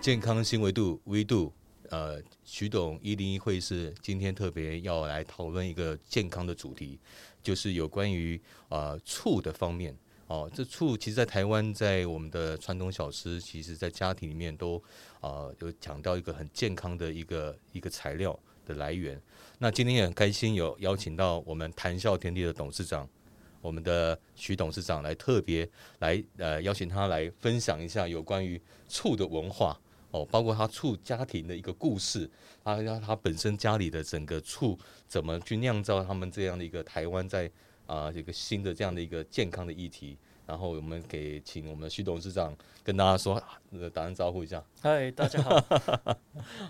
健康新维度维度，呃，徐董一零一会是今天特别要来讨论一个健康的主题，就是有关于呃醋的方面。哦，这醋其实，在台湾，在我们的传统小吃，其实在家庭里面都啊、呃有讲到一个很健康的一个一个材料的来源。那今天也很开心有邀请到我们谈笑天地的董事长，我们的徐董事长来特别来呃邀请他来分享一下有关于醋的文化哦，包括他醋家庭的一个故事，他他他本身家里的整个醋怎么去酿造他们这样的一个台湾在啊、这个新的这样的一个健康的议题。然后我们给请我们徐董事长跟大家说，呃，打声招呼一 下。嗨，大 家好，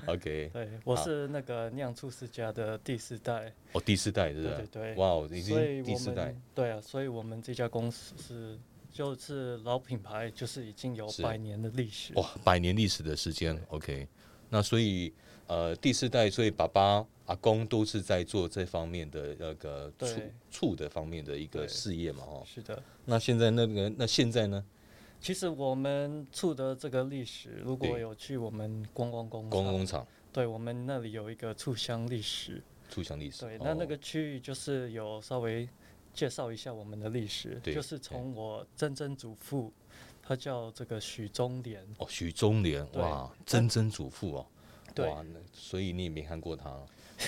OK，对我好是那个酿醋世家的第四代，哦，第四代是不对对是？对，哇，哦，已所以经第我四代们，对啊，所以我们这家公司是就是老品牌，就是已经有是百年的历史，哇，百年历史的时间。OK，那所以呃，第四代，所以爸爸、阿公都是在做这方面的那个对醋醋的方面的一个对事业嘛，哦。是的。那现在那个，那现在呢？其实我们醋的这个历史，如果对有去我们观光工光厂，工厂对我们那里有一个醋香历史，醋香历史。对，那那个哦区域就是有稍微介绍一下我们的历史，对就是从我曾曾祖父，他叫这个许忠廉，哦，许忠廉，对哇，曾曾祖父哦，对哇，那所以你也没看过他哦。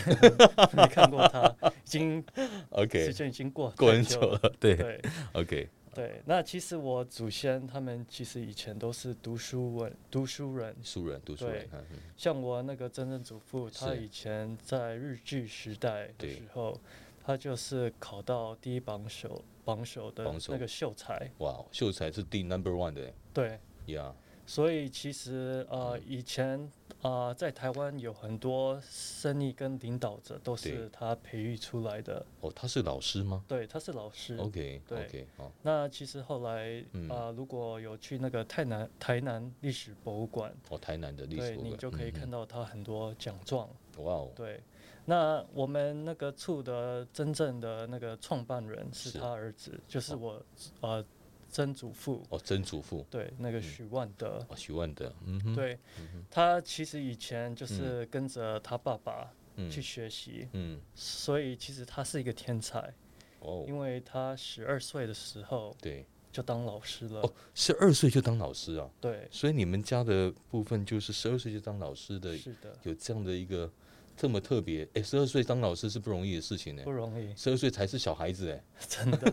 没看过他，已经时 OK，间已经过 过太很久久了，对对，OK，对，那其实我祖先他们其实以前都是读书文读书人，书人，读书人，嗯嗯像我那个曾曾祖父，他是以前在日据时代的对时候，他就是考到第一榜首榜首的榜首那个秀才，哇，秀才是第 number one 的欸对，呀，所以其实嗯呃以前啊、呃在台湾有很多生意跟领导者都对是他培育出来的，哦，他是老师吗对，他是老师。 ？OK 对 OK，好，哦那其实后来啊、嗯呃如果有去那个台南台南历史博物馆，哦，台南的历史对博物你馆，就可以嗯看到他很多奖状。嗯哇哦，对，那我们那个处的真正的那个创办人是是他儿子，就是哦我、呃曾祖父，哦，曾祖父，对，那个嗯许万德。哦，许万德，嗯哼，，对嗯哼他其实以前就是跟着他爸爸嗯去学习，嗯，所以其实他是一个天才，哦，因为他十二岁的时候对，就当老师了。哦十二岁就当老师啊，对，所以你们家的部分就是十二岁就当老师的，是的，有这样的一个这么特别，哎，十二岁当老师是不容易的事情呢不，容易，十二岁才是小孩子哎，真的。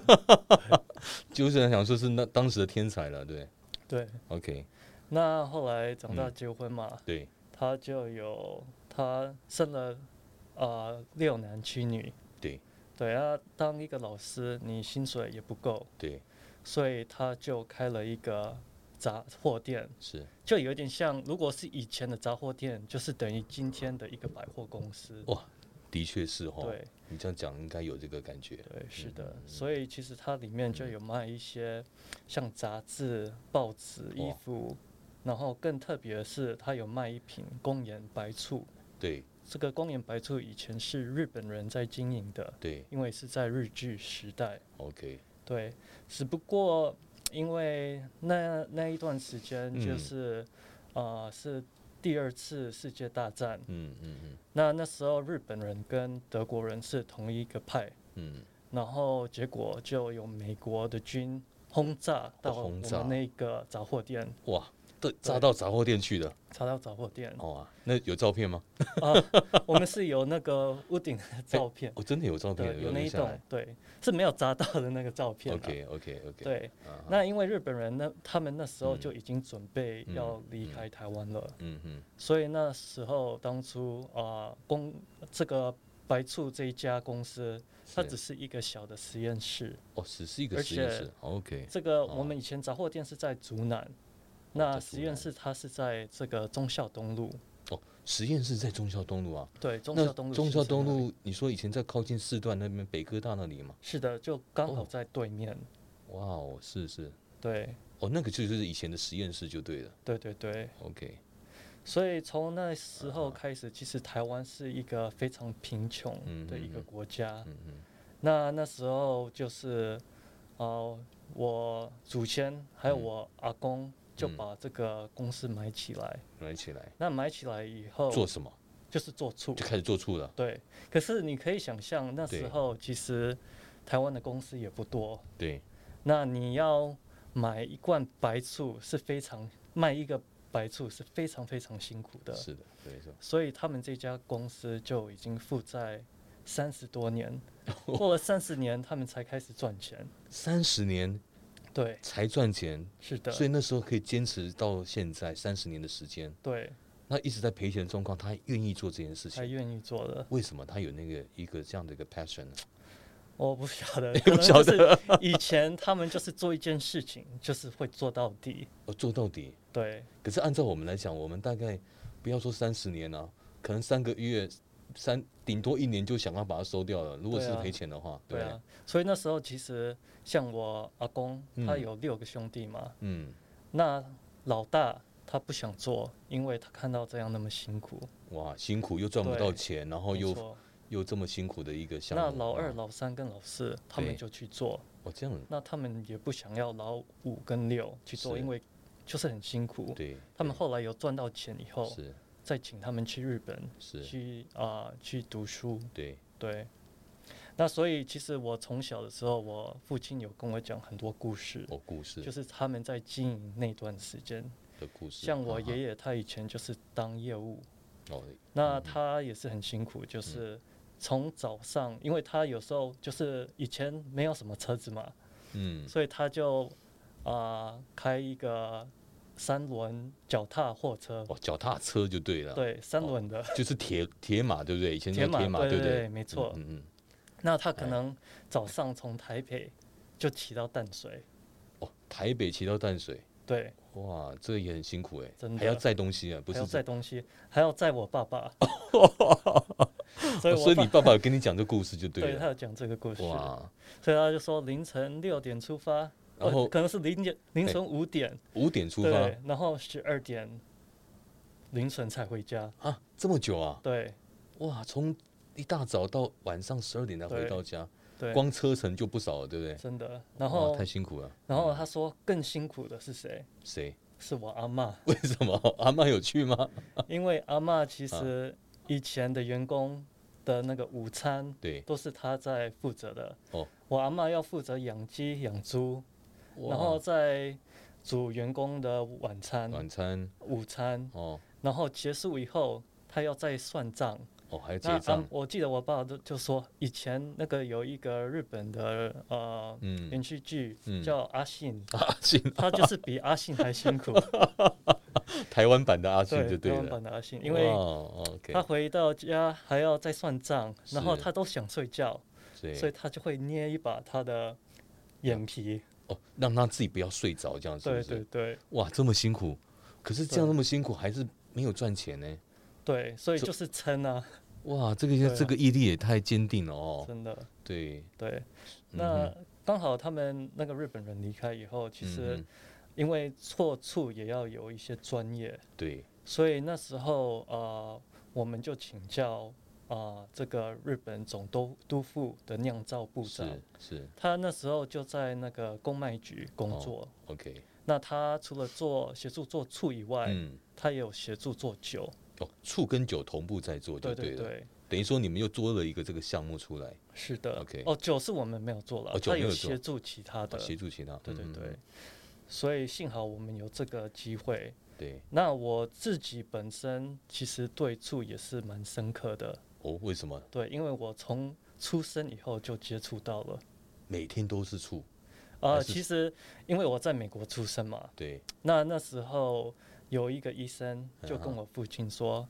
就是想说是那当时的天才了，对对， ，OK，那后来长大嗯结婚嘛，对，他就有他生了呃六男七女。对对啊，当一个老师，你薪水也不够，对，所以他就开了一个杂货店，是，就有点像，如果是以前的杂货店，就是等于今天的一个百货公司。哇的确是哈，对你这样讲应该有这个感觉，对，是嗯的。所以其实它里面就有卖一些像杂志、报纸、衣哇服，然后更特别的是，它有卖一瓶公盐白醋。对这个公盐白醋以前是日本人在经营的，对因为是在日据时代。 ，OK，对，只不过因为那那一段时间就嗯是、呃是第二次世界大战，嗯嗯嗯那那时候日本人跟德国人是同一个派，嗯，然后结果就有美国的军轰炸到我轰炸们那个杂货店，哇，都炸到杂货店去的，查到杂货店哦啊，那有照片吗？啊，我们是有那个屋顶的照片，哦，真的有照片，对，有那留一下栋来，对，是没有砸到的那个照片、啊。 OK OK OK，，对，啊哈那因为日本人那他们那时候嗯就已经准备嗯要离嗯开台湾了，嗯嗯，所以那时候当初啊、呃公这个白醋这一家公司，它是只是一个小的实验室。哦，只是一个而实验且室，OK，这个哦我们以前杂货店是在竹南，那在实竹验南室它是在这个忠孝东路。实验室在中校东路啊，对，忠那孝东路。中校东。路，你说以前在靠近四段那边北科大那里嘛？是的，就刚好哦在对面。哇哦，是是，对，哦，那个就是以前的实验室就对了对对对。 ，OK，所以从那时啊候哈开始，其实台湾是一个非常贫穷的一个嗯嗯嗯国家。嗯嗯，那那时候就是，呃，我祖先还有嗯我阿公就把这个公司买起来。来起来那买起来以后，做什么？就是做醋。就开始做醋了。对，可是你可以想象那时对候其实台湾的公司也不多，对，那你要买一罐白醋是非常卖一个白醋是非常非常辛苦的，是的，没错。所以他们这家公司就已经负债三十多年，哦过了三十年他们才开始赚钱。三十年对，才赚钱，是的，所以那时候可以坚持到现在三十年的时间。对，那一直在赔钱的状况，他还愿意做这件事才情，愿意做的。为什么他有那个一个这样的一个 passion 呢？我不晓得， 不可能晓就是以前他们就是做一件事情，就是会做到底。哦，做到底。对，可是按照我们来讲，我们大概不要说三十年啊，可能三个月、三顶多一年就想要把它收掉了。如果是对啊赔钱的话，对不啊，所以那时候其实像我阿公，他嗯有六个兄弟嘛，嗯，那老大他不想做，因为他看到这样那么辛苦。哇，辛苦又赚不到钱，然后没哦又错又这么辛苦的一个项目。那老二、嗯老三跟老四他们对就去做，哦，这样那他们也不想要老五跟六去做，是因为就是很辛苦。对，他们后来有赚到钱以后，是再请他们去日本是，去啊、去读书。对，对，那所以其实我从小的时候，我父亲有跟我讲很多故事，哦，故事就是他们在经营那段时间。的故事，像我啊哈爷爷，他以前就是当业务，哦，那他也是很辛苦，就是嗯从早上，因为他有时候就是以前没有什么车子嘛，嗯，所以他就啊、开一个三轮脚踏货车，哦，脚踏车就对了，，对，三哦轮的就是铁铁马，对不对？以前叫铁马，铁马，对不对，没错。嗯嗯，那他可哎能早上从台北就骑到淡水，哦，台北骑到淡水，对，哇，这也很辛苦哎真，的还要载东西啊，不还是要载东西，还要载我爸爸，所以 哦我所以爸你爸爸有跟你讲这故事就对他了。有讲这个故事，啊哇，所以他就说凌晨六点出发，然呃后可能是零点凌晨五点，五点出发对，然后十二点凌晨才回家，啊，这么久啊？对哇，从一大早到晚上十二点才回对到家，对，光车程就不少了，对不对？真的。然哎哇后太辛苦了。然后他说更辛苦的是谁？谁？ 是我阿嬷，为什么？阿妈有去吗？因为阿嬷其啊实以前的员工的那个午餐对，都是她在负责的，哎哦，我阿嬷要负责养鸡养猪，然后哇再煮员工的晚餐、晚餐午餐，哦然后结束以后，他要再算账。哦还要那结账啊，我记得我爸就就说，以前那个有一个日本的呃嗯连续剧嗯叫阿 信，阿信，他就是比阿信还辛苦，台湾版的阿信就对，台湾了。版的阿信，因为哦，OK，他回到家还要再算账，然后是他都想睡觉，嗯对，所以他就会捏一把他的眼皮，哦，让他自己不要睡着，这样是不对是？对对哇，这么辛苦，可是这样对那么辛苦，还是没有赚钱呢？对，所以这就是撑啊，哇，这对个、啊这个毅力也太坚定了哦。真的对，对。嗯那哼刚好他们那个日本人离开以后，其实嗯因为错处也要有一些专业，哼对，所以那时候呃，我们就请教啊、呃这个日本总督督府的酿造部长，是是他那时候就在那个公卖局工哦作。 OK，那他除了做协助做醋以外，嗯，他也有协助做酒，哦，醋跟酒同步在做就对对了，对对，等于说你们又多了一个这个项目出来，是的。 OK 哦，酒是我们没有做了，哦酒他没有做协助其他的，哦协助其他，对对嗯对。嗯嗯所以幸好我们有这个机会，对，那我自己本身其实对醋也是蛮深刻的，哦，为什么对，因为我从出生以后就接触到了。每天都是醋？啊、还是其实因为我在美国出生嘛，对，那那时候有一个医生就嗯跟哼我父亲说，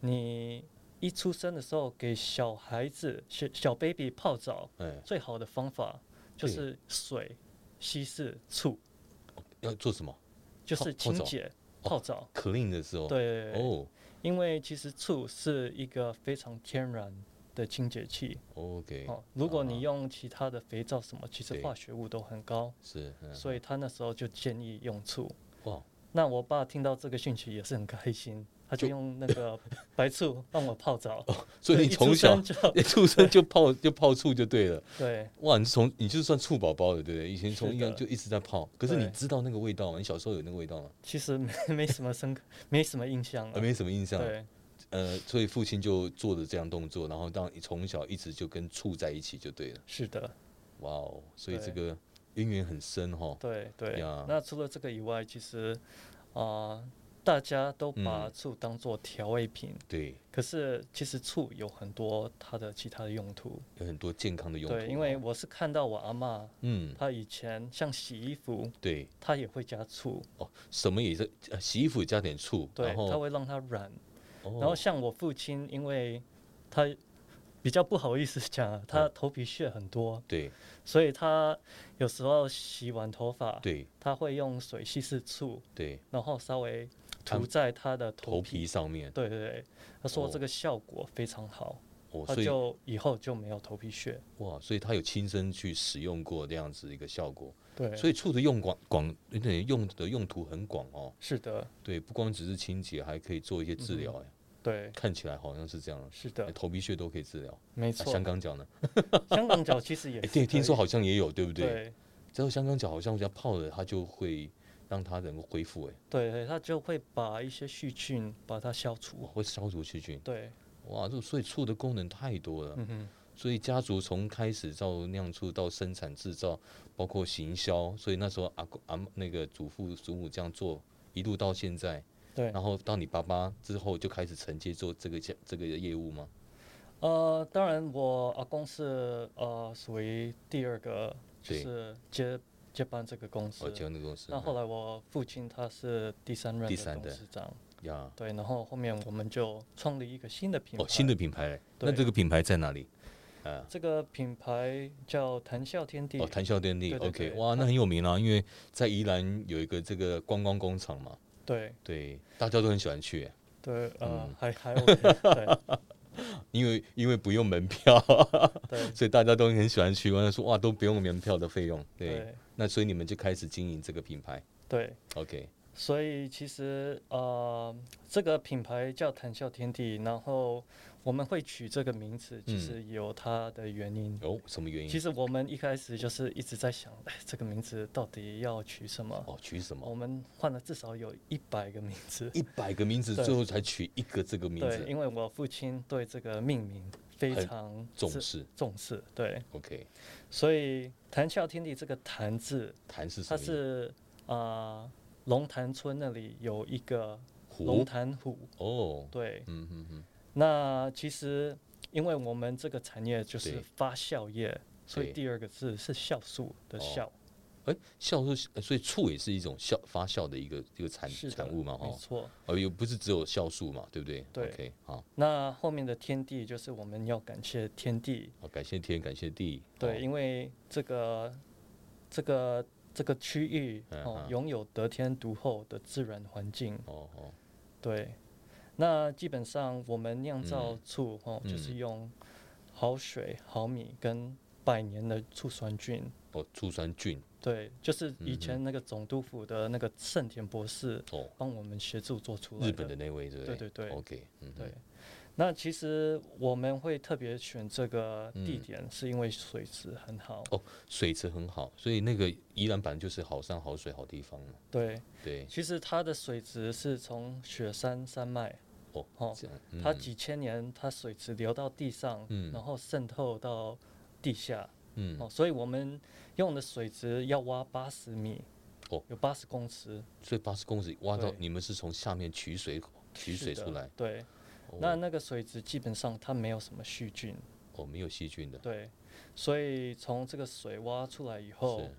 你一出生的时候给小孩子小小 baby 泡澡，哎，最好的方法就对是水稀释醋，要做什么就泡是泡清澡洁哦泡澡。 ？clean 的时候，，对，哦因为其实醋是一个非常天然的清洁器，OK，哦。如果啊你用其他的肥皂什么，其实对化学物都很高，是，嗯所以他那时候就建议用醋。哇，那我爸听到这个讯息也是很开心，他就用那 个白醋让我泡澡，哦所以你一出从小生就 出生就泡就泡醋就对了。对哇，你是从你就是算醋宝宝的，对不对？以前从是一的样就一直在泡，可是你对知道那个味道吗？你小时候有那个味道吗？其实没 没什么深刻，没什么印象呃，了。没什么印象。嗯对呃，所以父亲就做了这样动作，然后让你从小一直就跟醋在一起就对了。是的，哇哦，所以对这个渊源很深哈。对对呀。那除了这个以外，其实啊、呃大家都把嗯醋当做调味品，对，可是其实醋有很多它的其他的用途。有很多健康的用途哦。对，因为我是看到我阿妈，嗯，她以前像洗衣服，对她也会加醋，哦，什么也是呃洗衣服也加点醋，对，然她后哦会让它软。然然后像我父亲，因为他比较不好意思 讲啊，他头皮屑很多，对所以他有时候洗完头发，对他会用水稀释醋，对，然后稍微按涂在他的头头皮。皮上面对对对，他说哦这个效果非常好，哦，他所以就以后就没有头皮屑。哇，所以他有亲身去使用过这样子一个效果，对，所以醋的用广广，对用的用途很广哦，是的，对，不光只是清洁，还可以做一些治疗，哎、对，看起来好像是这样，嗯是哎的，头皮屑都可以治疗。没啊错。香港脚呢？香港脚其实也哎，是对，听可说以好像也有，对不对？对然后香港脚好像只要泡了，它就会让它能够恢复，哎，对对，他就会把一些细菌把它消除哇。会消除细菌，对，哇，这所以醋的功能太多了。嗯哼，所以家族从开始到酿醋到生产制造，包括行销，所以那时候阿公阿嬷那个祖父祖母这样做，一路到现在，对。然后到你爸爸之后就开始承接做这个家这个业务吗？呃，当然，我阿公是呃属于第二个，就对是接接班这个公哦，司。结婚的公司，那后来来我父亲他是第三任第的三董代事长，呀，对，然后后面我们就创立一个新的品牌，哦，新的品牌，那对这个品牌在哪里？啊，这个品牌叫谈笑天地，哦，谈笑天地对对，OK，对哇，它那很有名啊，因为在宜兰有一个这个观光工厂嘛，对对，大家都很喜欢去，对，呃嗯，还还 OK，对 因为因为不用门票， 对所以大家都很喜欢去，我说哇，都不用门票的费用，对。对那所以你们就开始经营这个品牌对， ，OK？所以其实呃，这个品牌叫谈笑天地，然后我们会取这个名字，其嗯实有它的原因。哦，什么原其因？实我们一开始就是一直在想，哎，这个名字到底要取什么？哦，取什我么？们换了至少有一百个名字。一百个名字，对最后才取一个这个名对，字，因为我父亲对这个命名非很常重自视。重视，对， OK，所以“谈笑天地”这个“谈”字，潭是什它么意思？是啊，龙潭村那里有一个龙湖潭湖，哦，对，嗯嗯嗯，那其实因为我们这个产业就是对发酵业，所以对第二个字是酵素的哦酵，哎，酵素，呃所以醋也是一种酵发酵的一个一个产是的产物嘛，没哈，错。哦，又不是只有酵素嘛，对不对对？OK，好，那后面的天地就是我们要感谢天地，好，感谢天，感谢地，对，哦，因为这个这个这个区域哦嗯，嗯拥有得天独厚的自然环境，哦哦，对。那基本上我们酿造嗯醋哦，就是嗯用好水、好米跟百年的醋酸菌，哦，醋酸菌，对，就是嗯以哼前那个总督府的那个盛田博士哦，帮我们协助做出来日本的那位，对不对对对对， ？OK，嗯，对，，那其实我们会特别选这个地嗯点，是因为水质很好。哦水质很好，所以那个宜兰版就是好山好水好地方嘛，对，对，其实它的水质是从雪山山脉，哦哦，这样，它嗯几千年它水质流到地上，嗯然后渗透到地下，嗯哦，所以我们用的水质要挖八十米，哦有八十公尺所以八十公尺挖到对你们是从下面取水取是水的出来，对，哦那那个水质基本上它没有什么细菌，哦没有细菌的，对，所以从这个水挖出来以后，是，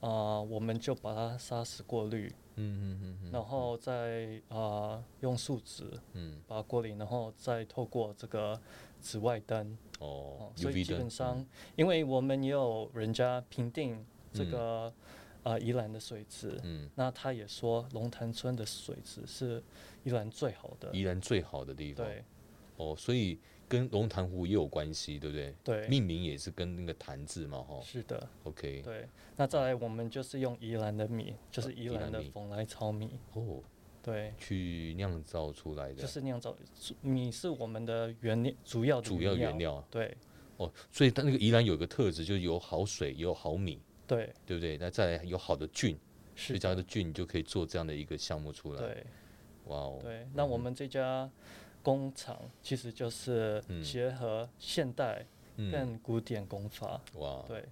啊、我们就把它杀死过滤，嗯嗯嗯嗯，然后再啊、用树脂嗯把它过滤，然后再透过这个紫外灯哦哦，所以 UV 基本灯，嗯上，因为我们也有人家评定这个啊、宜兰的水质，嗯，那他也说龙潭村的水质是宜兰最好的，宜兰最好的地方，对哦，所以跟龙潭湖也有关系，对不对？对，命名也是跟那个潭字嘛，哈是的， ，OK，对。那再来，我们就是用宜兰的米，就是呃宜宜兰兰的米蓬莱糙米，哦，对，去酿造出来的就是酿造米是我们的原料主要的主要原料啊。对哦，所以它那个宜兰有一个特质，就是有好水，有好米，对对不对？那再来有好的菌，所是以这样的菌你就可以做这样的一个项目出来。对哇哦，对。那我们这家工厂其实就是嗯结合现代嗯，哦跟古典工法。哇，对，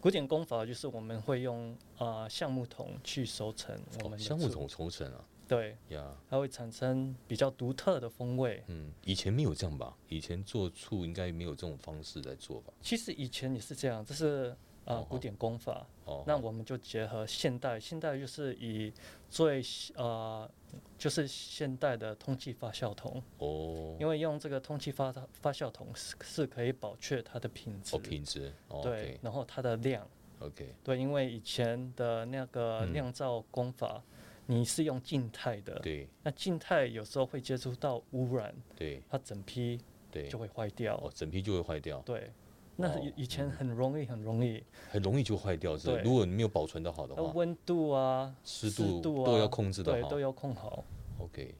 古典工法就是我们会用啊橡木桶去熟成我哦，们的橡木醋，桶抽成啊，对，呀，它会产生比较独特的风味。嗯，以前没有这样吧？以前做醋应该没有这种方式来做吧？其实以前也是这样，这是啊、呃哦古典工法。哦，那我们就结合现代，现代就是以最呃就是现代的通气发酵桶，哦，因为用这个通气发发酵桶是是可以保确它的品质，哦，品质哦对，然后它的量， ，OK，OK，对，因为以前的那个嗯酿造工法，你是用静态的，对那静态有时候会接触到污染，对它整批对就，会坏掉，哦，整批就会坏掉，对。那哦以以前很容易，很容易，很容易就坏掉，是不是对如果你没有保存的好的那话，温度啊、湿度度都啊要控制的对好都要控好。 ，OK。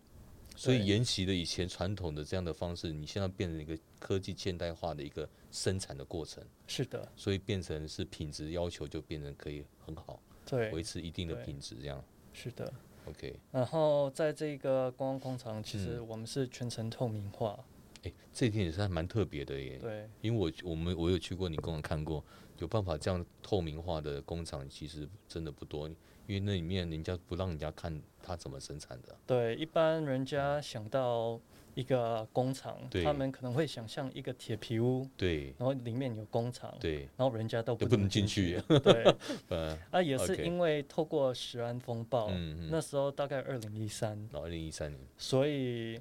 所以对沿袭了以前传统的这样的方式，你现在变成一个科技现代化的一个生产的过程，是的，所以变成是品质要求就变成可以很好，维对，持一定的对品质这样。是的。 OK，然后在这个观光工厂，其实嗯我们是全程透明化，哎，这一点也是还蛮特别的耶，对，因为我我们我有去过你工厂看过，有办法这样透明化的工厂其实真的不多，因为那里面人家不让人家看它怎么生产的。对，一般人家想到一个工厂，对他们可能会想象一个铁皮屋，对然后里面有工厂，对，然后人家都都哦不不能能进进去。对，嗯，啊，也 是 OK 因为透过食安风暴，嗯嗯那时候大概二零一三，然后二零一三年，所以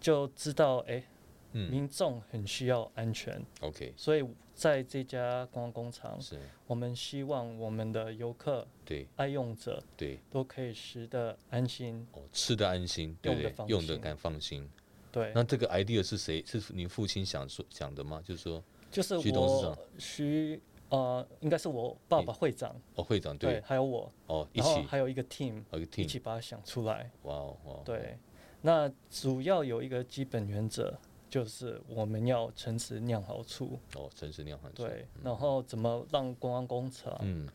就知道，哎，嗯民众很需要安全， ，OK，所以在这家观光工厂，是，我们希望我们的游客、对爱用者对，都可以食得安心。哦，吃的安心，对不用得对？放用的心敢放心。对，那这个 idea 是谁？是你父亲想说讲的吗？就是说，就是徐董事我长徐呃，应该是我爸爸会长，哦，会长对，对，还有我，哦，一然后起，还有一个 team 哦一个一 team，起把它想出来。哇哦，哇哦，对，那主要有一个基本原则，就是我们要诚实酿好醋，哦，诚实酿汉水，对，然后怎么让观光工厂嗯，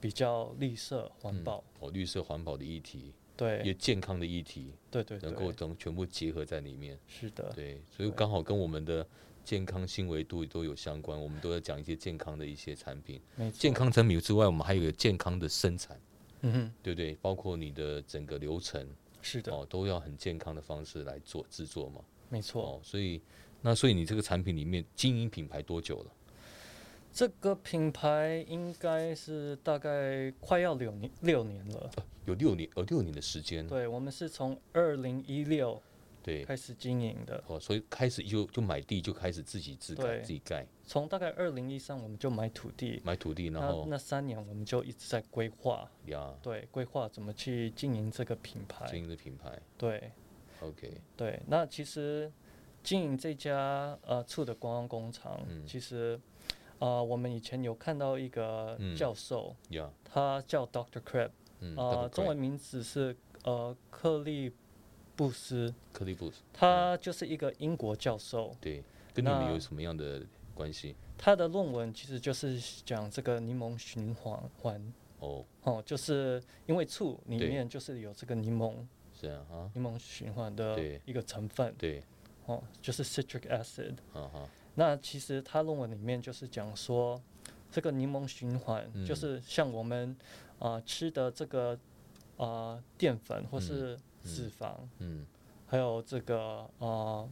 比较绿色环嗯保，，哦，绿色环保的议题，也对，健康的议题，对对能够对，等全部结合在里面。是的，对，所以对刚好跟我们的健康新维度都有相关，我们都在讲一些健康的一些产品。没错，健康产品之外，我们还有一个健康的生产，嗯哼，对不对？包括你的整个流程是的，哦，都要很健康的方式来做制作嘛。没错。哦，所以那所以你这个产品里面经营品牌多久了？这个品牌应该是大概快要六年六年了。有六年，呃，六年的时间。对，我们是从二零一六对开始经营的，哦，所以开始就就买地，就开始自己自盖对自己盖，从大概二零一三我们就买土地，买土地，然那后那三年我们就一直在规划，呀，对，规划怎么去经营这个品经牌，营的品牌。对 OK，对。那其实经营这家呃醋的观光工厂，嗯其实呃我们以前有看到一个嗯教授，呀，他叫 Doctor Crab，嗯，呃 Double 中 Crab 文名字是呃克利布斯，克利布斯，他就是一个英国教授。对，跟你们那有什么样的关系？他的论文其实就是讲这个柠檬循环环哦，哦，就是因为醋里对面就是有这个柠檬这样啊，柠檬循环的对一个成分对，哦，就是 citric acid。啊哈，那其实他论文里面就是讲说，这个柠檬循环嗯就是像我们啊、呃吃的这个啊淀粉或是嗯脂肪，嗯，还有这个啊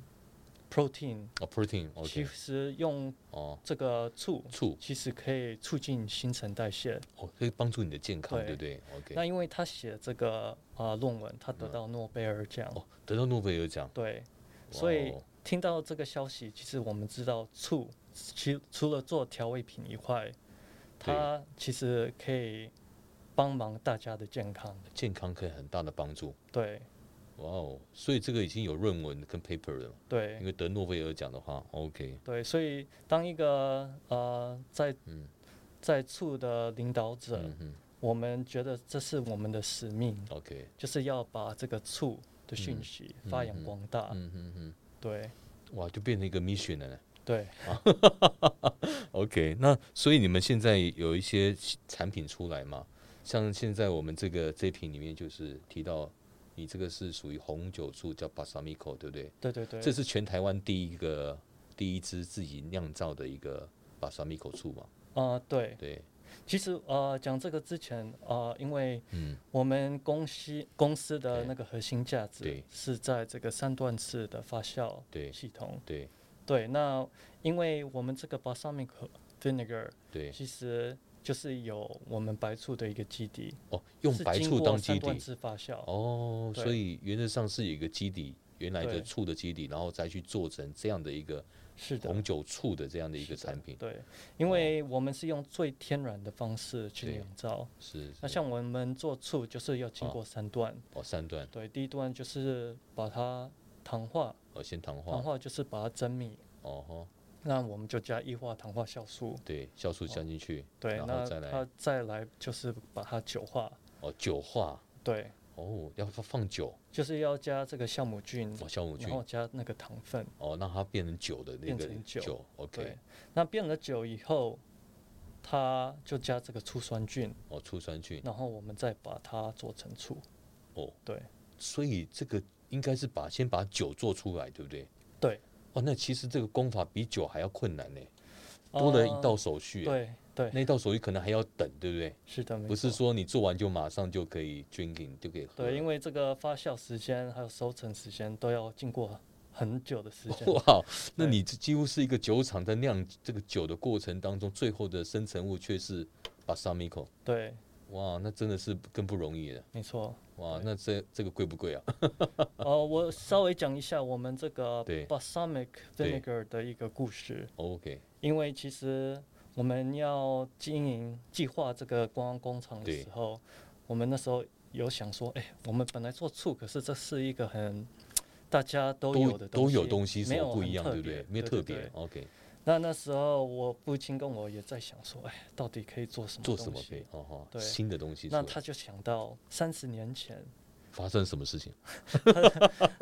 protein，哦，protein，OK，、其实用哦，这个醋醋，其实可以促进新陈代谢。哦，可以帮助你的健康，对对不对？OK，嗯那因为他写这个呃论文，他得到诺贝尔奖，哦，得到诺贝尔奖，对，哇所以哦听到这个消息，其实我们知道醋，其除了做调味品以外，它其实可以帮忙大家的健康，健康可以很大的帮助。对哇哦，所以这个已经有论文跟 paper 了，因对为得诺贝尔奖的话，OK，对，所以当一个呃在嗯在醋的领导者，嗯嗯我们觉得这是我们的使命， ，OK，就是要把这个醋的讯息发扬光大。嗯嗯嗯，对哇，就变成一个 mission 了呢。对， OK，那所以你们现在有一些产品出来嘛？像现在我们这个这瓶里面就是提到，你这个是属于红酒醋叫 Balsamico，对不对？对对对，这是全台湾第一个第一支自己酿造的一个 Balsamico 醋嘛？啊、对，对，其实呃，讲这个之前呃，因为嗯我们公司公司的对那个核心价值对是在这个三段式的发酵对系统。对对，那因为我们这个 balsamic vinegar 对。其实就是有我们白醋的一个基底，哦，用是白经醋过当三基段底式发酵。哦，对所以原则上是有一个基底，原来的对醋的基底，然后再去做成这样的一个是的，红酒醋的这样的一是个的产品。对，因为我们是用最天然的方式去哦对酿造。是那是像我们做醋，就是要经啊过三段。哦，三段对，第一段就是把它糖化，哦，先糖化糖化就是把它蒸密，哦吼，那我们就加一化糖化酵素。对，酵素加进去，哦对，然那后再来它再来就是把它酒化，哦，酒化对，哦，要放放酒就是要加这个酵母菌，哦，酵母菌嗯然后加那个糖分。哦，让它变成酒的那变个成酒 o k 对，那变了酒以后，它就加这个醋酸菌，哦，醋酸菌，然后我们再把它做成醋。哦，对，所以这个应该是把先把酒做出来，对不对？对，哦，那其实这个功法比酒还要困难呢，多了一呃道手续，，啊对对，那一道手续可能还要等，对不对？是的，没不是错说你做完就马上就可以 drinking 就可以喝了，对，因为这个发酵时间还有收成时间都要经过很久的时间。哇， 那对你这几乎是一个酒厂在酿这个酒的过程当中，最后的生成物却是 balsamico，对，哇，那真的是更不容易了，没错。哇，对那这这个贵不贵啊？ 呃，我稍微讲一下我们这个对 balsamic 对 vinegar 的一个故事， OK，因为其实我们要经营计划这个观光工厂的对时候，我们那时候有想说，哎，我们本来做醋，可是这是一个很大家都有的都西，有东西，什没有么不很一样，特对不别对？没有对特别对对，OK，那那时候我父亲跟我也在想说，哎，到底可以做什么？做什么可以？？哦哈，对新的东西出那来，他就想到三十年前， 发生什么事情？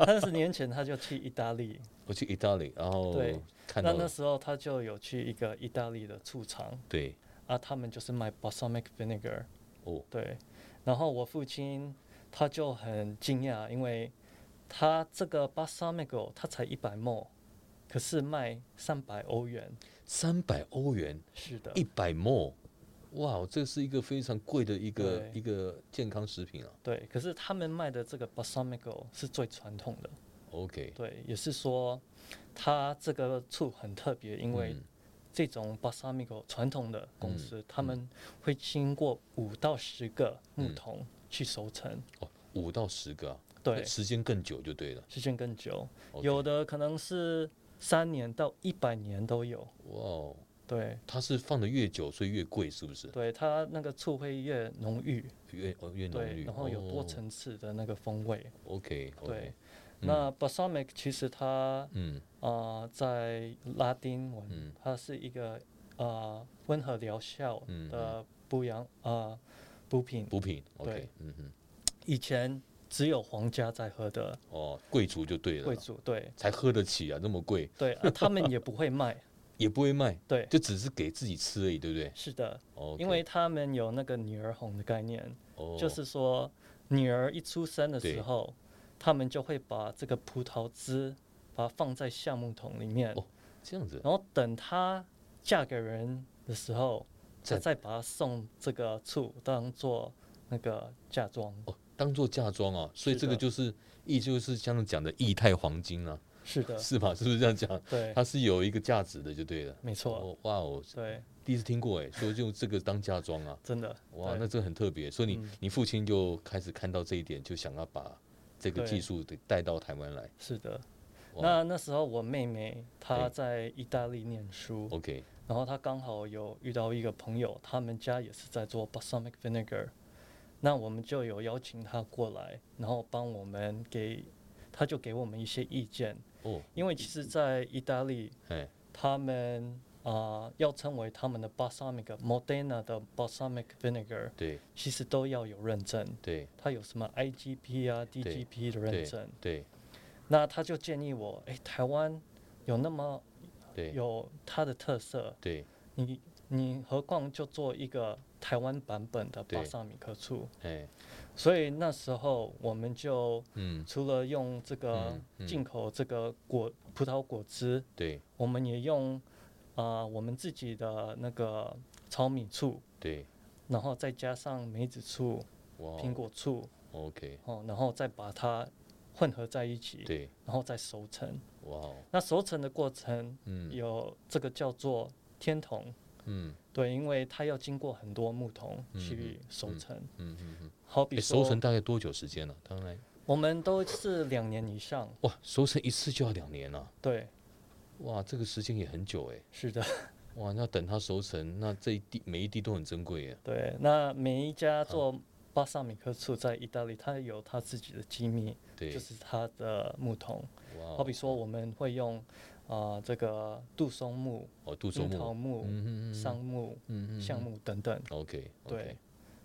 三十年前他就去意大利，我去意大利，然后对 看那到那了，时候他就有去一个意大利的醋厂对，啊，他们就是卖 balsamic vinegar，哦，对。然后我父亲他就很惊讶，因为他这个 balsamic 哦他才一百墨，可是卖三百欧元，三百欧元，是的，一百 more，哇，这是一个非常贵的一个对一个健康食品啊对。可是他们卖的这个 balsamic 哦是最传统的， ，OK，对，也是说它这个醋很特别，因为嗯这种 balsamic 传统的公嗯司，他们会经过五到十个木嗯桶去熟成，哦，五到十个、啊，对，时间更久就对了。时间更久 OK 有的可能是三年到一百年都有。哇哦，对，它是放的越久，所以越贵，是不是？对，它那个醋会越浓郁，越哦越浓对，郁，然后有多哦层次的那个风味。 OK，, o k 对，那 balsamic 其实它嗯呃在拉丁文，嗯它是一个呃温和疗效嗯嗯的补养呃补品，补品，OK，对嗯哼，以前只有皇家在喝的哦，贵族就对了，贵族，对才喝得起啊，那么贵对、啊，他们也不 会卖，也不会卖，对，就只是给自己吃而已，对不对？是的，哦，因为他们有那个女儿红的概念，哦就是说女儿一出生的对时候，他们就会把这个葡萄汁把它放在橡木桶里面，哦这样子，然后等她嫁给人的时候，再再再把它送这个醋当做那个嫁妆，哦，当做嫁妆啊，所以是这个的就是意就是像讲的液态黄金啊，是的，是吧？是不是这样讲？对，它是有一个价值的，就对了。没错，哦，哇哦，对，第一次听过哎，说用这个当嫁妆啊，真的，哇，对那这很特别，所以你、嗯你父亲就开始看到这一点，就想要把这个对技术得带到台湾来。是的。哇那那时候我妹妹对哦她在意大利念书， OK，然后她刚好有遇到一个朋友，他们家也是在做 balsamic vinegar，那我们就有邀请她过来，然后帮我们给，她就给我们一些意见，哦，因为其实，在意大利哎，他们啊、啊、要成为他们的 balsamic Modena 的 balsamic vinegar，对其实都要有认证，对它有什么 IGP 啊、DGP 的认对证。对那他就建议我，哎，台湾有那么对有它的特色，对，你你何况就做一个台湾版本的对巴萨米克醋。哎，所以那时候我们就嗯，除了用这个嗯嗯进口这个果葡萄果汁，对我们也用啊我们自己的那个糙米醋，对，然后再加上梅子醋、哇苹果醋，OK，哦，然后再把它混合在一起，对，然后再熟成。哇，哦那熟成的过程嗯有这个叫做天桶，嗯对，因为它要经过很多木桶嗯去熟成，嗯嗯嗯，好比哎熟成说大概多久时间呢？当然，我们都是两年以上，哇，熟成一次就要两年了，对，哇，这个时间也很久哎，是的， 哇，那等它熟成，那这一滴每一滴都很珍贵耶，对。那每一家做巴萨米克醋在意大利，它有它自己的机密，对就，是它的木桶。哇，哦好比说我们会用啊、呃这个杜松木、哦，杜松樱桃木，木、嗯嗯嗯桑木、嗯嗯橡木等等， ，OK，对，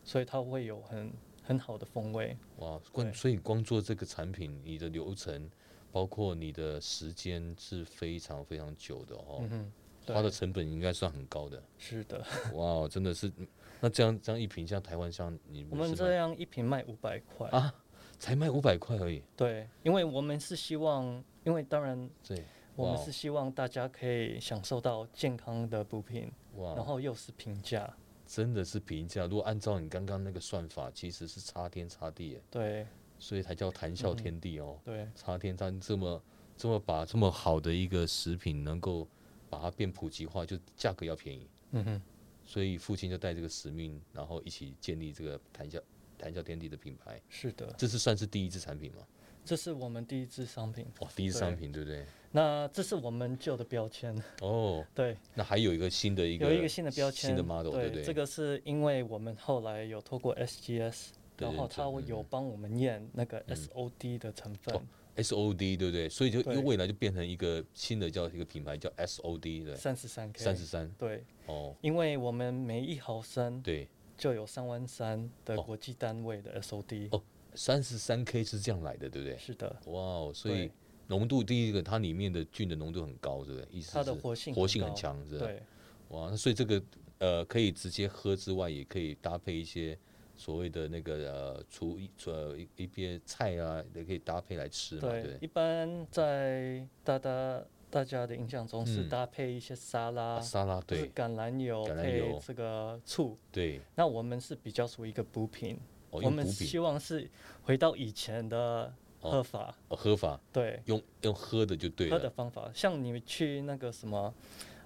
所以它会有很很好的风味。哇，光对所以光做这个产品，你的流程，包括你的时间是非常非常久的哦，嗯哼，花的对，成本应该算很高的。 是的。哇哦，真的是，那这样这样一瓶像台湾像你我们们是这卖样一瓶卖五百块啊才卖五百块而已，对，因为我们是希望，因为当然对，我哇们哦是希望大家可以享受到健康的补品，然哇，后又是平价，真的是平价。如果按照你刚刚那个算法，其实是差天差地耶，对所以才叫谈笑嗯哼天地哦，对差天差地这么这么把这么好的一个食品能够把它变普及化，就价格要便宜。嗯哼，所以父亲就带这个使命，然后一起建立这个谈笑谈笑天地的品牌。是的，这是算是第一支产品吗？这是我们第一支商品，哇，第一支对商品哦对不对？那这是我们旧的标签，哦，对，那还有一个新的一个有一个新的标签，新的 model 对不对？这个是因为我们后来有透过 SGS。对然后对它对会嗯哦有帮我们验那个 SOD 的成分， SOD 对不对？所以就对又未来就变成一个新的叫一个品牌叫 SOD 对，三十三 K，三十三对，哦，因为我们每一毫升对，就有三万三的哦国际单位的 SOD。哦三十三 K 是这样来的对不对？是的，哇哦，所以对浓度第一个它里面的菌的浓度很高对不对？意思它的是活性活性很高。强是吧？对，哇，那所以这个呃，可以直接喝之外，也可以搭配一些所谓的那个呃厨艺呃一一些菜啊，也可以搭配来吃嘛，对不对，对？一般在大家大家的印象中是嗯搭配一些沙啊拉，沙拉就是对橄榄油橄榄配油这个醋。对，那我们是比较属于一个补品，哦我用们补希品望是回到以前的哦喝法，哦喝法，对，用用喝的就对喝的了。方法。像你去那个什么，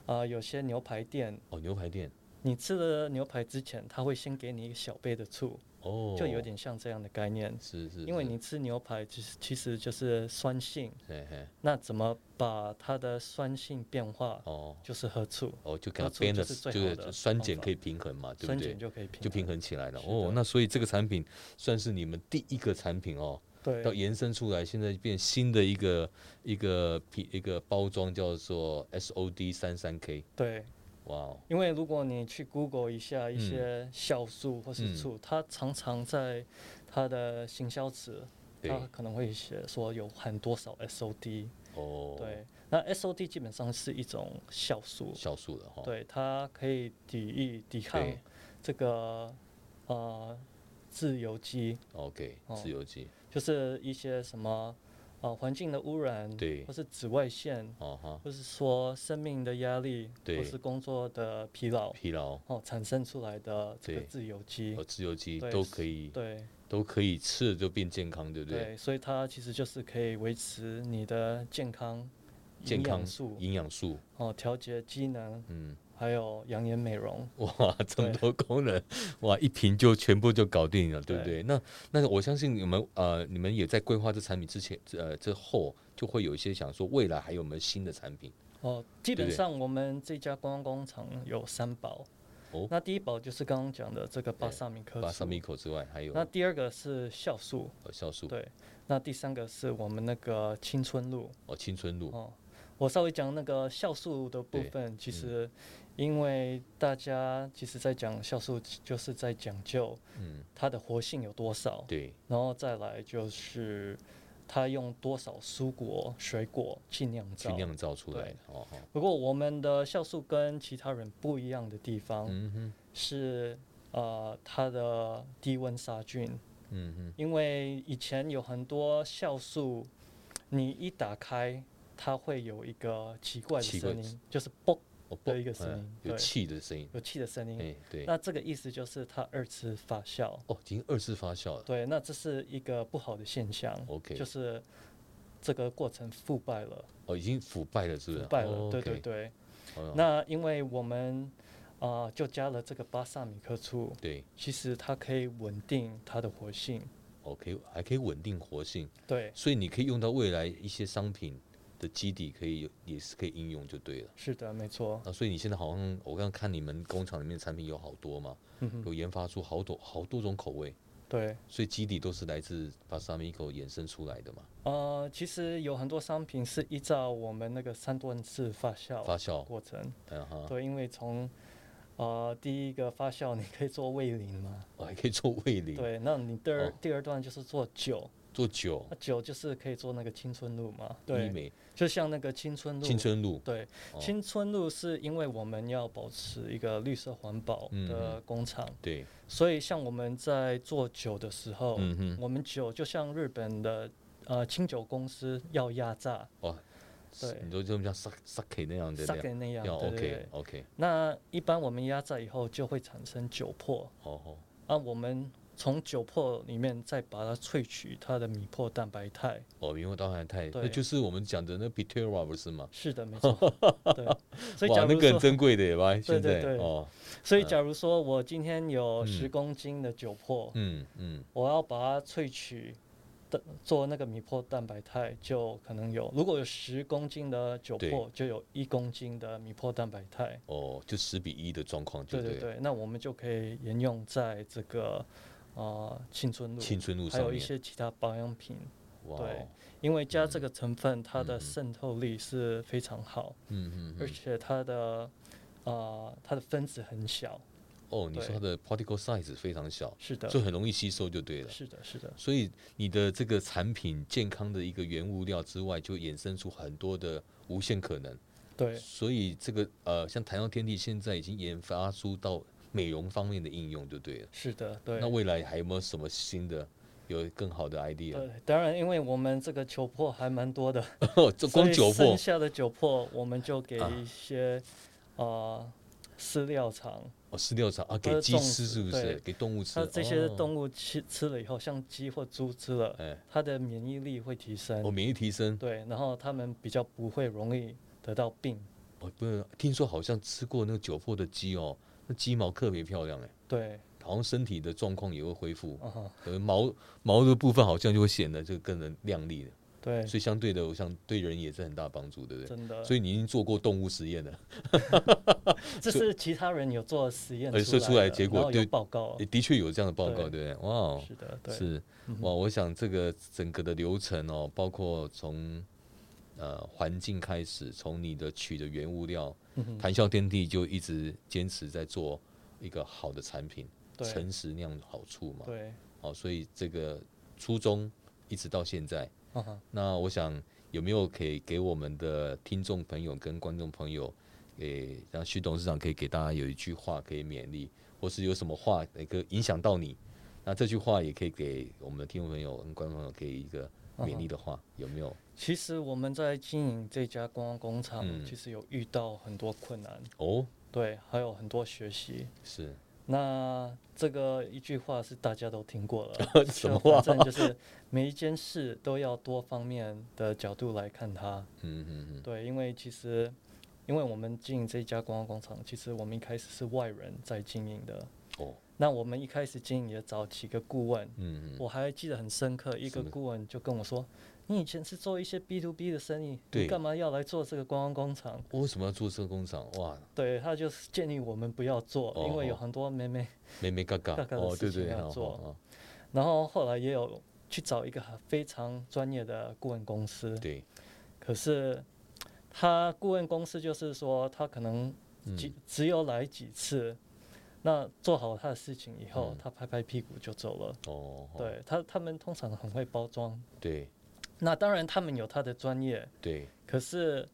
啊，有些牛排店，哦牛排店你吃了牛排之前，他会先给你一个小杯的醋，哦，就有点像这样的概念。是是，因为是你吃牛排，其实其实就是酸性，嘿嘿那怎么把它的酸性变化，哦就是喝醋，哦就给喝它醋 b a 就 l 是 a 最好是的酸方碱法可以平衡嘛，对酸不对碱？就可以平就平。衡起来了是哦的，那所以这个产品算是你们第一个产品哦，要对延伸出来，现在变新的一个一个皮一个包装叫做 SOD 三三 K，对，哇哦，因为如果你去 Google 一下一嗯些酵素或嗯是醋，它常常在它的行销词，对，它可能会写说有含多少 SOD。哦，，对，那 SOD 基本上是一种酵素，酵素了哈，，对，它可以抵御抵抗哦对这个呃自由基。 ，OK，哦自由基，就是一些什么呃环境的污染，对或是紫外线，哦哈，或是说生命的压力，对或是工作的疲劳，疲劳哦，产生出来的这个对自由基和，自由基对都可以对都可以吃了就变健康，对不对？对，所以它其实就是可以维持你的健康、健营养康素营养素，哦，调节机能，嗯，还有养颜美容，哇，这么对多功能，哇，一瓶就全部就搞定了，对不对？对那那我相信你们呃，你们也在规划这产品之前，呃，之后就会有一些想说未来还有没有新的产品。哦，基对本对上我们这家观光工厂有三宝。哦那第一宝就是刚刚讲的这个巴对萨米克巴萨素，米口之外，还有呃那第二个是酵素，呃酵素对，那第三个是我们那个青春露哦，青春露哦，我稍微讲那个酵素的部分，嗯其实因为大家其实在讲酵素，就是在讲究嗯它的活性有多少，对，然后再来就是它用多少蔬果、水果去酿去造。酿造出来对的哦哦，不过我们的酵素跟其他人不一样的地方嗯哼是，呃，它的低温杀菌，嗯哼因为以前有很多酵素，你一打开，它会有一个奇怪的奇怪声音，就是嘣哦不的一个声嗯音有对气的声音，有气的声音。哎对，那这个意思就是它二次发酵，哦已经二次发酵了对，那这是一个不好的现象，OK，就是这个过程腐败了，哦已经腐败了是不腐是？败了，哦对对 OK，对。哦那因为我们啊、呃就加了这个巴萨米克醋，对其实它可以稳定它的活性。 ，OK 还哦可以稳定活性，对，所以你可以用到未来一些商品的基底，可以有也是可以应用就对了。是的，没错。啊，所以你现在好像我刚刚看你们工厂里面的产品有好多嘛，嗯哼，有研发出好多好多种口味，对。所以基底都是来自巴萨米口衍生出来的嘛，呃，其实有很多商品是依照我们那个三段式发酵发酵，过程。嗯哈，对，因为从呃第一个发酵，你可以做味淋嘛。我还可以做味淋，对，那你第嗯二、哦第二段就是做酒，做酒，那酒就是可以做那个青春露嘛。医对，美，就像那个青春露。青春露，对，哦青春露是因为我们要保持一个绿色环保嗯的嗯工厂，对，所以像我们在做酒的时候，嗯哼，我们酒就像日本的呃清酒公司要压榨对你都这么像 suck suck 那样的量， sake 那样，要对对哦 OK 对。 OK，那一般我们压榨以后就会产生酒粕，哦哦，啊，我们从酒粕里面再把它萃取它的米粕蛋白肽，哦，明白当然太，那对就是我们讲的那 p i t e r a 不是吗？是的，没错。对，所以哇假，那如个很说，珍贵 的耶，吧，现对在对哦，所以嗯假如说我今天有嗯十公斤的酒粕，嗯嗯，我要把它萃取的做那个米粕蛋白肽，就可能有如果有十公斤的酒对粕，就有一公斤的米粕蛋白肽。哦，就十比一的状况，对对对了对，那我们就可以沿用在这个呃青春露，青春露还上有一面，些其他保养品，哇对哦，因为加这个成分，它嗯的嗯渗透力是非常好，嗯嗯而嗯，且它的呃它的分子很小，哦，你对说它的 particle size 非常小，是的，所以很容易吸收就对了。是的，是的，所以你的这个产品健康的一个原物料之外，就衍生出很多的无限可能。对，所以这个呃，像台阳天地现在已经研发出到美容方面的应用，就对了。是的，对那。未来还有没有什么新的，有更好的 idea？ 对，当然，因为我们这个酒粕还蛮多的，这所光以酒粕剩下的酒粕我们就给啊一些呃饲料厂，哦，饲料厂啊，给呃鸡粽吃子是不是对？给动物吃它？这些哦，动物吃吃了以后，像鸡或猪吃了，哎，它的免疫力会提升，哦，免疫提升。对，然后它们比较不会容易得到病，哦，不是，听说好像吃过那个酒粕的鸡哦，那鸡毛特别漂亮哎，对，好像身体的状况也会恢复。啊、哈，呃，毛毛的部分好像就会显得这个更能亮丽了，对，所以相对的，我想对人也是很大帮助，对不对？真的，所以你已经做过动物实验了，这是其他人有做实验呃测出来的，出来结果然后有对报告也，的确有这样的报告，哦对对不对？哇哦，是的，对，是嗯哼哇，我想这个整个的流程哦，包括从呃环境开始，从你的取的原物料，嗯哼谈笑天地就一直坚持在做一个好的产品，对，诚实那样好处嘛，对，哦，所以这个初衷一直到现在。啊哈，那我想有没有可以给我们的听众朋友跟观众朋友，给让徐董事长可以给大家有一句话可以勉励，或是有什么话能够影响到你？那这句话也可以给我们的听众朋友跟观众朋友给一个勉励的话，有没有？其实我们在经营这家观光工厂，嗯其实有遇到很多困难，哦，对，还有很多学习。是，那这个一句话是大家都听过了 什么话就反正就是每一件事都要多方面的角度来看它。嗯嗯嗯，对，因为其实，因为我们经营这家观光工厂，其实我们一开始是外人在经营的。哦，那我们一开始经营也找几个顾问，嗯嗯，我还记得很深刻，一什个么顾问就跟我说：“你以前是做一些 B to B 的生意，对你干嘛要来做这个观光工厂我哦为什么要做这个工厂？哇，？”对，他就是建议我们不要做，因为有哦很多妹妹。没没嘎嘎嘎，嘎的哦，对事情对，要好做好好然后后来也有去找一个很非常专业的顾问公司，对，可是他顾问公司就是说，他可能嗯几、只有来几次，那做好他的事情以后，嗯他拍拍屁股就走了。哦，哦对他，他们通常很会包装。对那当然，他们有他的专业，对，可是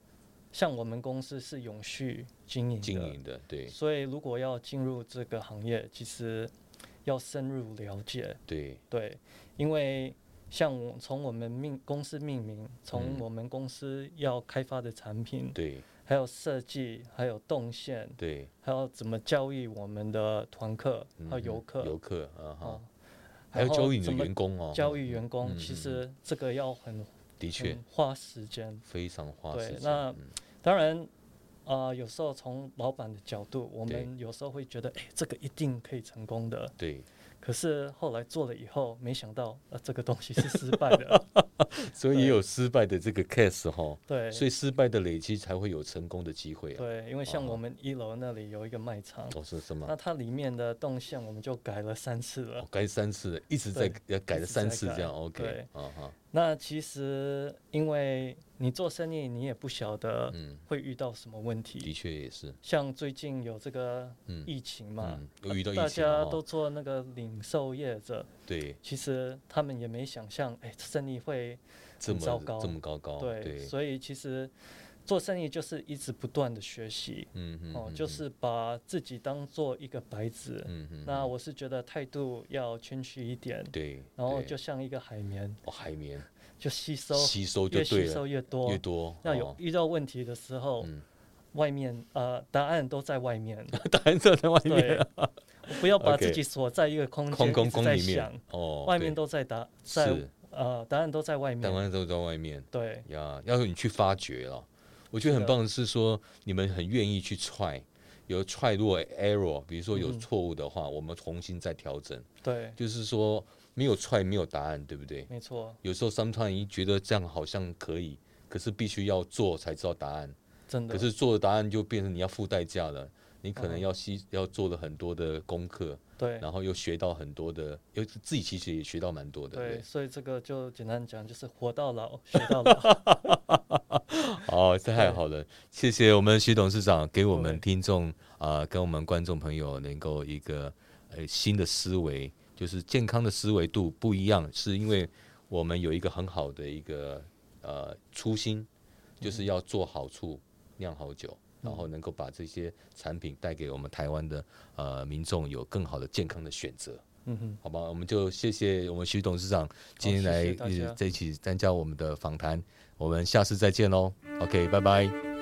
像我们公司是永续经营的，经营的，对所以如果要进入这个行业，其实要深入了解。对对，因为像我从我们命公司命名，嗯从我们公司要开发的产品，对还有设计，还有动线，对，还有怎么教育我们的团客嗯还有哦游哼客，游客啊啊哈，，还要然后教育你的怎么员工哦，教育员工，嗯其嗯实这个要很的确很花时间。非常花对时间。那嗯当然，啊、有时候从老板的角度，我对们有时候会觉得，哎，这个一定可以成功的。对，可是后来做了以后，没想到，呃，这个东西是失败 的。所以也有失败的这个 case 哈，对，所以失败的累积才会有成功的机会啊。对，因为像哦我们一楼那里有一个卖场，哦，是什那么？它里面的动线我们就改了三次了哦。改三次了，一直在要改一了直三在次这样改，OK，对啊哈，那其实因为你做生意，你也不晓得嗯，会遇到什么问题。的确也是，像最近有这个嗯疫情嘛，嗯，又遇到大疫情家了都哈，做那个零售业者，对，其实他们也没想象，哎，生意会这很么糟糕这么高高，哦对，所以其实做生意就是一直不断的学习，嗯嗯，哦，嗯就嗯是把自己当做一个白纸。嗯嗯，那嗯我是觉得态度要谦虚一点，对，然后对就像一个海绵，哦海绵就吸收吸收就越对吸了收，越多。越多，那有哦遇到问题的时候，嗯，外面呃答案都在外面，答案在 在外面 对，我不要把 OK 自己锁在一个空间，空空一直空在里想面，哦，外面对都在答在是，呃答案都在外答面，案都在外面。对呀，要是你去发掘了，我觉得很是的棒的是说，你们很愿意去 try，有 try 如果 error，比如说有嗯错误的话，我们重新再调整。对，就是说没有 try 没有答案，对不对？没错，有时候 sometimes 你觉得这样好像可以，可是必须要做才知道答案。真的。可是做的答案就变成你要付代价了，你可能嗯要吸、要做了很多的功课，对然后又学到很多的，又自己其实也学到蛮多的。对对，不所以这个就简单讲，就是活到老学 到老。好，哦太对好了，谢谢我们徐董事长给我们对听众啊、呃跟我们观众朋友能够一个呃新的思维，就是健康的思维度不一样，是因为我们有一个很好的一个呃初心，嗯就是要做好处，酿好酒，然后能够把这些产品带给我们台湾的呃民众有更好的健康的选择。嗯哼，好吧，我们就谢谢我们徐董事长今天好来谢谢大一直家在一起参加我们的访谈，我们下次再见喽。OK，拜拜。